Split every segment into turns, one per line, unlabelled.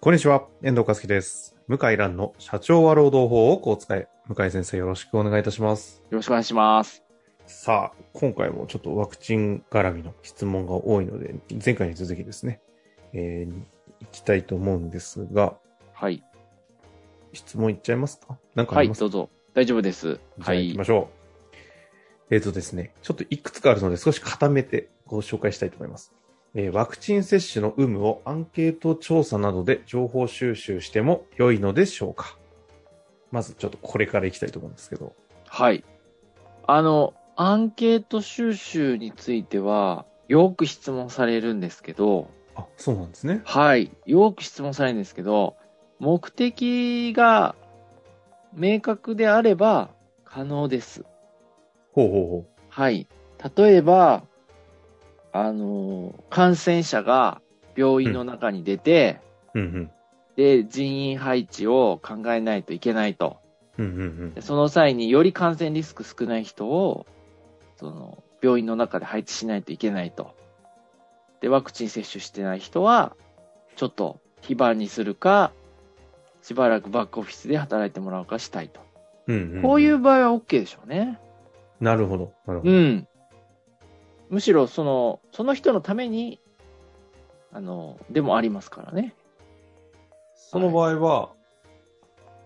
こんにちは、遠藤和樹です。向井蘭の社長は労働法をこう使え。向井先生よろしくお願いいたします。
よろしくお願いします。
さあ、今回もちょっとワクチン絡みの質問が多いので、前回に続きですね、えー、行きたいと思うんですが、
はい。
質問いっちゃいますかなんかあ
は
り
い、
ます
どうぞ。大丈夫です。
じゃ
は
あ行き
い
ま。しょう。えっ、とですね、ちょっといくつかあるので少し固めてご紹介したいと思います。えーワクチン接種の有無をアンケート調査などで情報収集しても良いのでしょうかまずちょっとこれからいきたいと思うんですけど。
はい。あの、アンケート収集については、よく質問されるんですけど、
あ、そうなんですね。
はい。よく質問されるんですけど、目的が明確であれば可能です。
ほうほうほ
はい。例えば、あの、感染者が病院の中に出て、
う。うん
で、人員配置を考えないといけないと。
うん。うんうん
でその際により感染リスク少ない人を、その、病院の中で配置しないといけないと。で、ワクチン接種してない人は、ちょっと、非番にするか、しばらくバックオフィスで働いてもらうかしたいと。
うん。うんうん
こういう場合は OK でしょうね。
なるほど。なるほ
う
ど。
ん。むしろ、その、その人のために、あの、でもありますからね。
その場合は、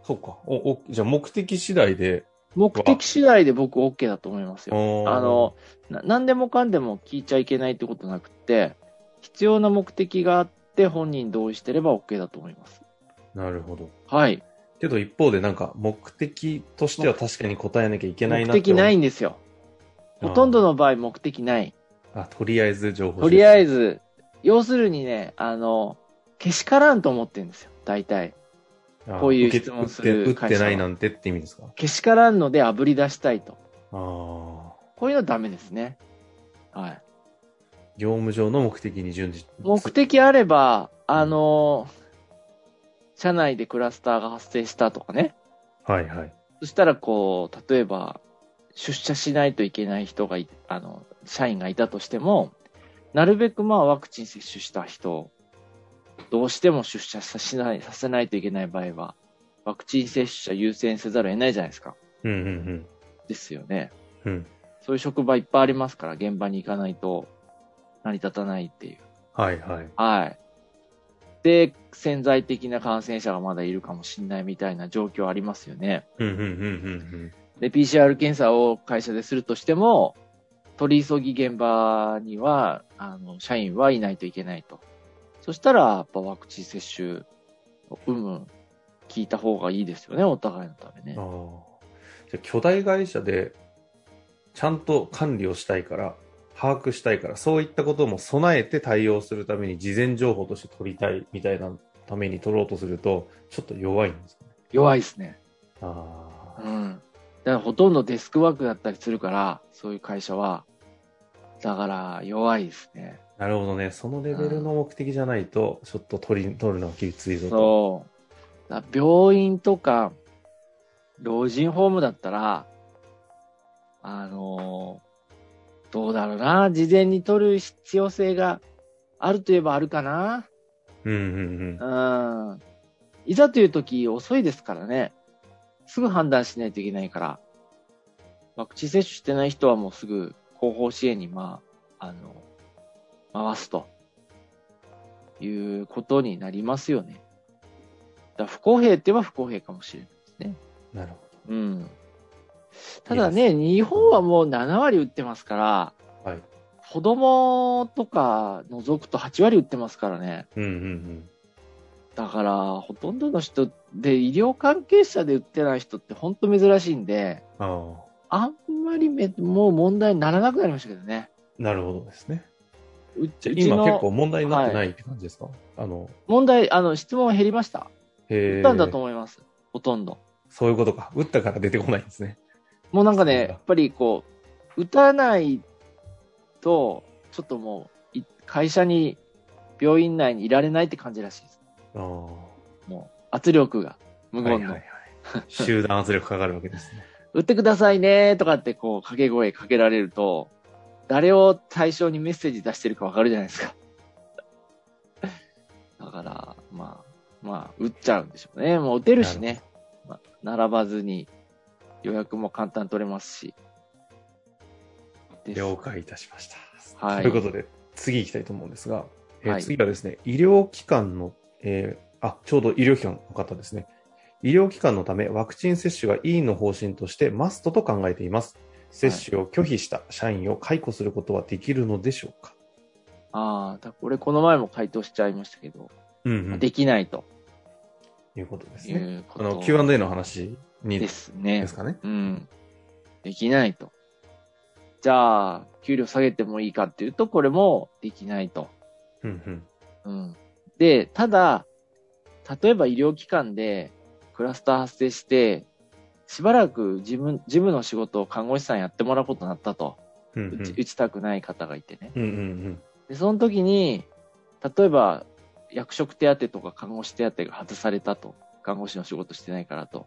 そうか。お、お、じゃあ目的次第で。
目的次第で僕 OK だと思いますよ。
あ
あの、な何でもかんでも聞いちゃいけないってことなくって、必要な目的があって本人同意してれば OK だと思います。
なるほど。
はい。
けど一方でなんか目的としては確かに答えなきゃいけない
目
なって
的
思う
ないんですよ。
うん
ほとんどの場合目的ない。
あとりあえず情報
とりあえ
ず
ず、要するにね、あの、けしからんと思ってるんですよ。大体。こういう質問する
打って打ってないなんてって意味ですか
けしからんので炙り出したいと。
ああ
こういうのダメですね。はい。
業務上の目的に準じ
目的あれば、あの、社内でクラスターが発生したとかね。
はいはい
そしたら、こう、例えば、出社しないといけない人がい、あの、社員がいたとしても、なるべくまあワクチン接種した人を、どうしても出社さしない、させないといけない場合は、ワクチン接種者優先せざるを得ないじゃないですか。
うんうん
ですよね。
うんうん
そういう職場いっぱいありますから、現場に行かないと成り立たないっていう。
はいはい
はい。で、潜在的な感染者がまだいるかもしれないみたいな状況ありますよね。
うんうんうん
で、PCR 検査を会社でするとしても、取り急ぎ現場には、あの、社員はいないといけないと。そしたら、やっぱワクチン接種、有無、聞いた方がいいですよね、お互いのため
う
ね
ん。うんああじゃあ巨大会社でちゃんと管理をしたいから把握したいからそういったことも備えて対応するために事前情報として取りたいみたいなために取ろうとするとちょっと弱いんですかね
弱いですね。
あ
う
あ
ん。だからほとんどデスクワークだったりするから、そういう会社は。だから、弱いですね。
なるほどね。そのレベルの目的じゃないと、ちょっと取り、取るのはきついぞと。
そう。だ病院とか、老人ホームだったら、あのーどうだろうな。事前に取る必要性があるといえばあるかな。
うんうん
うん。いざという時遅いですからね。すぐ判断しないといけないから。ワクチン接種してない人はもうすぐ後方支援に、まあ、あの、回すと。いうことになりますよね。だから不公平って言えば不公平かもしれないですね。
うん。なるほ
うん。ただね、日本はもう7割打ってますから、
ど。はい。
子供とか除くと8割打ってますからね。
うんうんうん。
だから、ほとんどの人で、医療関係者で売ってない人って本当珍しいんで、
ああ、
あんまりめもう問題にならなくなりましたけどね。
なるほどですね。
ううち
今結構
の
問題になってないって感じですか、あの、
問題、あの、質問減りました。
へ
減ったんだと
ー
思います。ほとんど。
そういうことか。打ったから出てこないんですね。
もうなんか
そうな
ね、
んだ
やっぱりこう、打たないと、ちょっともうい、会社に、病院内にいられないって感じらしいです。
ああ。
もう、圧力が、無
はい
言
はい
の。
はい。集団圧力かかるわけですね。
打ってくださいねとかってこう、掛け声かけられると、誰を対象にメッセージ出してるかわかるじゃないですか。 だから、まあ、まあ、打っちゃうんでしょうね。もう打てるしね。まあ並ばずに、予約も簡単に取れますし。です
了解いたしました。
はい
ということで、次行きたいと思うんですが、えー
はい
次はですね、医療機関の、えーあ、ちょうど医療機関の方ですね。医療機関のため、ワクチン接種が委員の方針としてマストと考えています。接種を拒否した社員を解雇することはできるのでしょうか、
ああ、だこれこの前も回答しちゃいましたけど、
うんうん。
できないと
いうことです
い
ね。
うこ
あ
と
の、Q&A の話に
で
です
すね。
かね。
うん。できないと。じゃあ、給料下げてもいいかっていうと、これもできないと。
うんうん。
うん。で、ただ、例えば医療機関でクラスター発生して、しばらく自分、事務の仕事を看護師さんやってもらうことになったと。
うん
打ち打ちたくない方がいてね。
うん。うんうん
で、その時に、例えば、役職手当とか看護師手当が外されたと。看護師の仕事してないからと。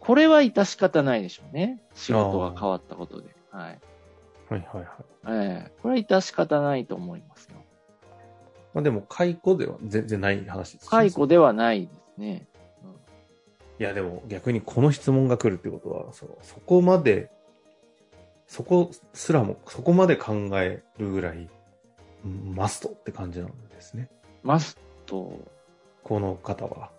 これは致し方ないでしょうね。仕事が変わったことで。はい。
うん。はいはいはい。
ええこれは致し方ないと思いますよ。
まあでも、解雇では全然ない話ですね。
解雇ではないですね。
いやでも逆にこの質問が来るってことはそのそこまでそこすらもそこまで考えるぐらいうんマストって感じなんですね
マスト
この方は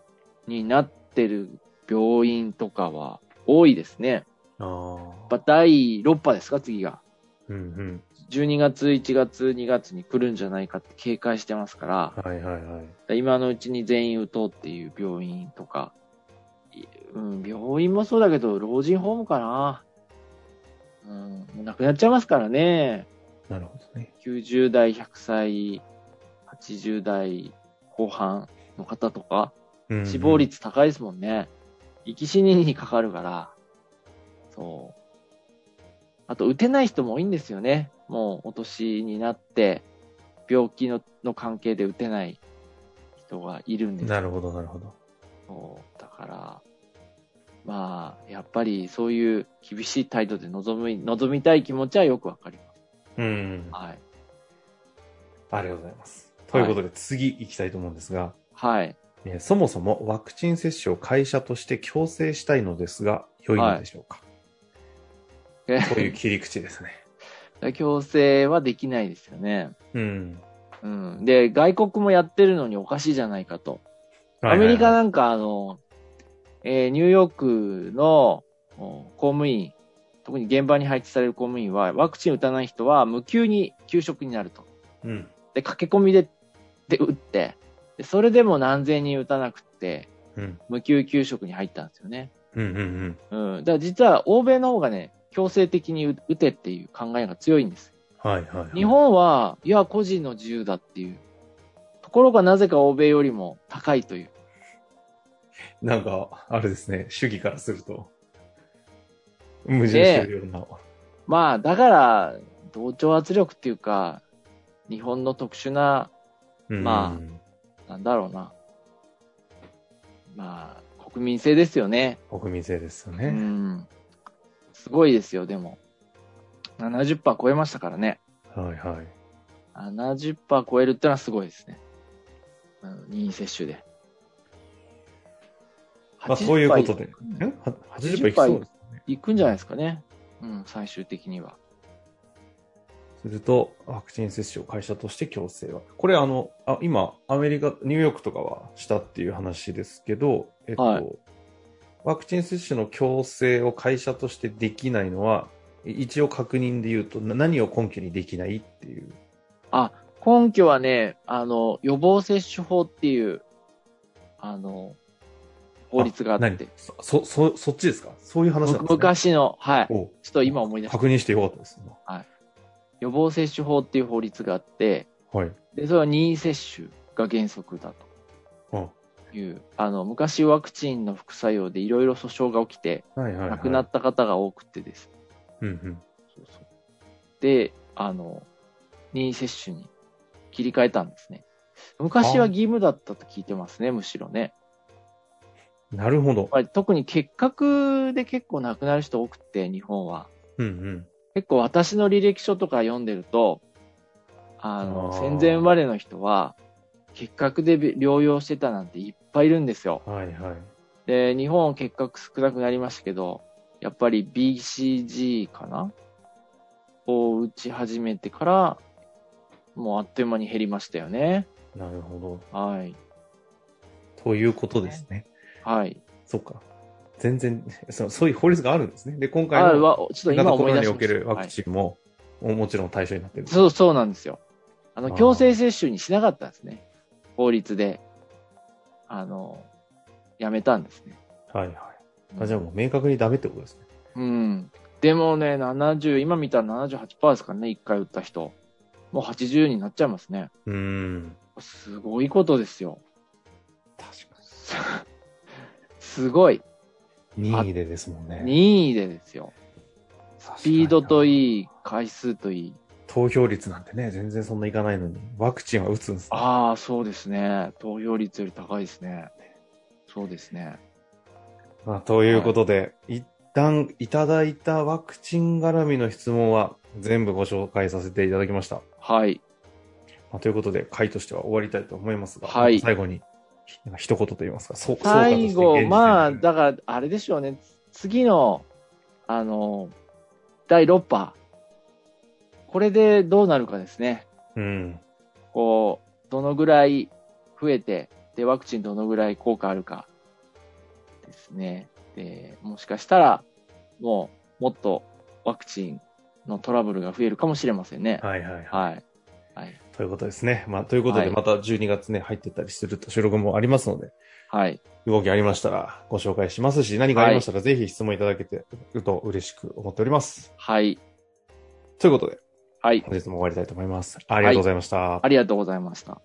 になってる病院とかは多いですね。
あ
やっぱ第6波ですか、次が。
うんうん
12月、1月、2月に来るんじゃないかって警戒してますから、
はいはいはい
今のうちに全員打とうっていう病院とか、いうん、病院もそうだけど、老人ホームかな。うん、もう亡くなっちゃいますからね。
なるほどね
90代、100歳、80代後半の方とか、
うんうん
死亡率高いですもんね。生き死ににかかるから。そう。あと、打てない人も多いんですよね。もう、お年になって、病気のの関係で打てない人がいるんです
なるほどなるほど
そうだから、まあ、やっぱりそういう厳しい態度で望み、望みたい気持ちはよくわかります。
うん
はい。
ありがとうございますということで次行きたいと思うんですが、
はい。
えーそもそもワクチン接種を会社として強制したいのですが良いのでしょうか、
え
こういう切り口ですね
強制はできないですよね。
うん
うん。で、外国もやってるのにおかしいじゃないかと。
はい
ア
はい
メ
はい
リカなんか、あの、えーニューヨークのお公務員、特に現場に配置される公務員は、ワクチン打たない人は無給に給食になると。
うん
で、駆け込みで、で打って、でそれでも何千人打たなくって、
うん
無給給食に入ったんですよね。
うんうんうん。
うん。だから実は欧米の方がね、強制的に打打てっていう考えが強いんです。
はいはい、はい。
日本は、いや、個人の自由だっていう。ところがなぜか欧米よりも高いという。
なんか、あれですね、主義からすると、矛盾してるような。
まあ、だから、同調圧力っていうか、日本の特殊な、
うん
まなんだろうな。まあ、国民性ですよね。
国民性ですよ
う
ね。
ん。すごいですよ、でも。70%超えましたからね。
はいはい。
70%超えるってのはすごいですね。うん、任意接種で。
まあそういうことで。
80%
えは ?80% いきそうですね。
いくんじゃないですかね。うん、最終的には。
すると、ワクチン接種を会社として強制は。これあの、あ今、アメリカ、ニューヨークとかはしたっていう話ですけど、えっと、
はい
ワクチン接種の強制を会社としてできないのは、一応確認で言うと、な何を根拠にできないっていう。
あ、根拠はね、あの、予防接種法っていう、あの、法律があっ
何
て。
そ、そ、そそっちですかそういう話なんですね
む昔の、はい。
お
ちょっと今思い出した。
確認してよかったです。
予防接種法っていう法律があって、
はい。
で、それは任意接種が原則だ
あ
という、あの、昔ワクチンの副作用でいろいろ訴訟が起きて、
はいはい、はい。
亡くなった方が多くてです。
うんうん。
そうそうで、あの、任意接種に切り替えたんですね。昔は義務だったと聞いてますね、むしろね。
なるほど
やっ。ぱり特に結核で結構亡くなる人多くて、日本は。
うんうん。
結構私の履歴書とか読んでると、あの、
あー
戦前生まれの人は、結核で療養してたなんていっぱいいるんですよ。
はいはい。
で、日本は結核少なくなりましたけど、やっぱり BCG かなを打ち始めてから、もうあっという間に減りましたよね。
なるほど。
はい。
ということですね。
はい。
そうか。全然 そう、そういう法律があるんですね。で、今
あ、
回の
わちょっと
新
今
型
思
コ
い
ロナに
出し
お
まし
け
た。
るワクチンも、も ちろん対象になってる。
そう、そうなんですよ。あ
あ
の、
ー
強制接種にしなかったんですね。法律で。あの、やめたんですね。
はいはい。あじゃあもう明確にダメってことですね。
うん。でもね、70、今見たら78%ですからね、1回打った人。もう80になっちゃいますね。
うーん。
すごいことですよ。
確か
すごい。
に。任意でですもんね。
任意でですよ。
ス
スピードと
い。
いい、回数といい。
投票率なんてね、全然そんないかないのに、ワクチンは打つんですね。
ああ、そうですね。投票率より高いですね。そうですね。
まあ、ということで、一旦いただいたワクチン絡みの質問は全部ご紹介させていただきました。
はい。
まあ、ということで、回としては終わりたいと思いますが、
はい
最後に、ひなんか一言と言いますか、そう
最後、まあ、
だ
だから、あれでしょうね。次の、あの、第6波。これでどうなるかですね。
うん。
こう、どのぐらい増えて、で、ワクチンどのぐらい効果あるかですね。で、もしかしたら、もう、もっとワクチンのトラブルが増えるかもしれませんね。
はいはいはい。
はい。はい。
ということですね。まあ、ということ
は
で、
い
また12月ね、入ってったりすると収録もありますので、
はい。
動きありましたらご紹介しますし、何かありましたらぜひ質問いただけてると嬉しく思っております。
はい。
ということで、
はい。
本日も終わりたいと思います。ありがとうございました。
ありがとうございました。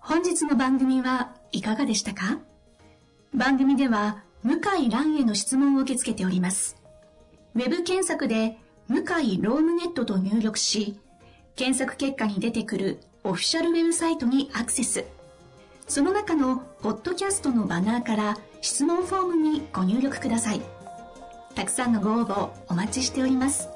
本日の番組はいかがでしたか番組では向井蘭への質問を受け付けております。ウェブ検索で向井ロームネットと入力し、検索結果に出てくるオフィシャルウェブサイトにアクセス。その中のポッドキャストのバナーから質問フォームにご入力ください。たくさんのご応募お待ちしております。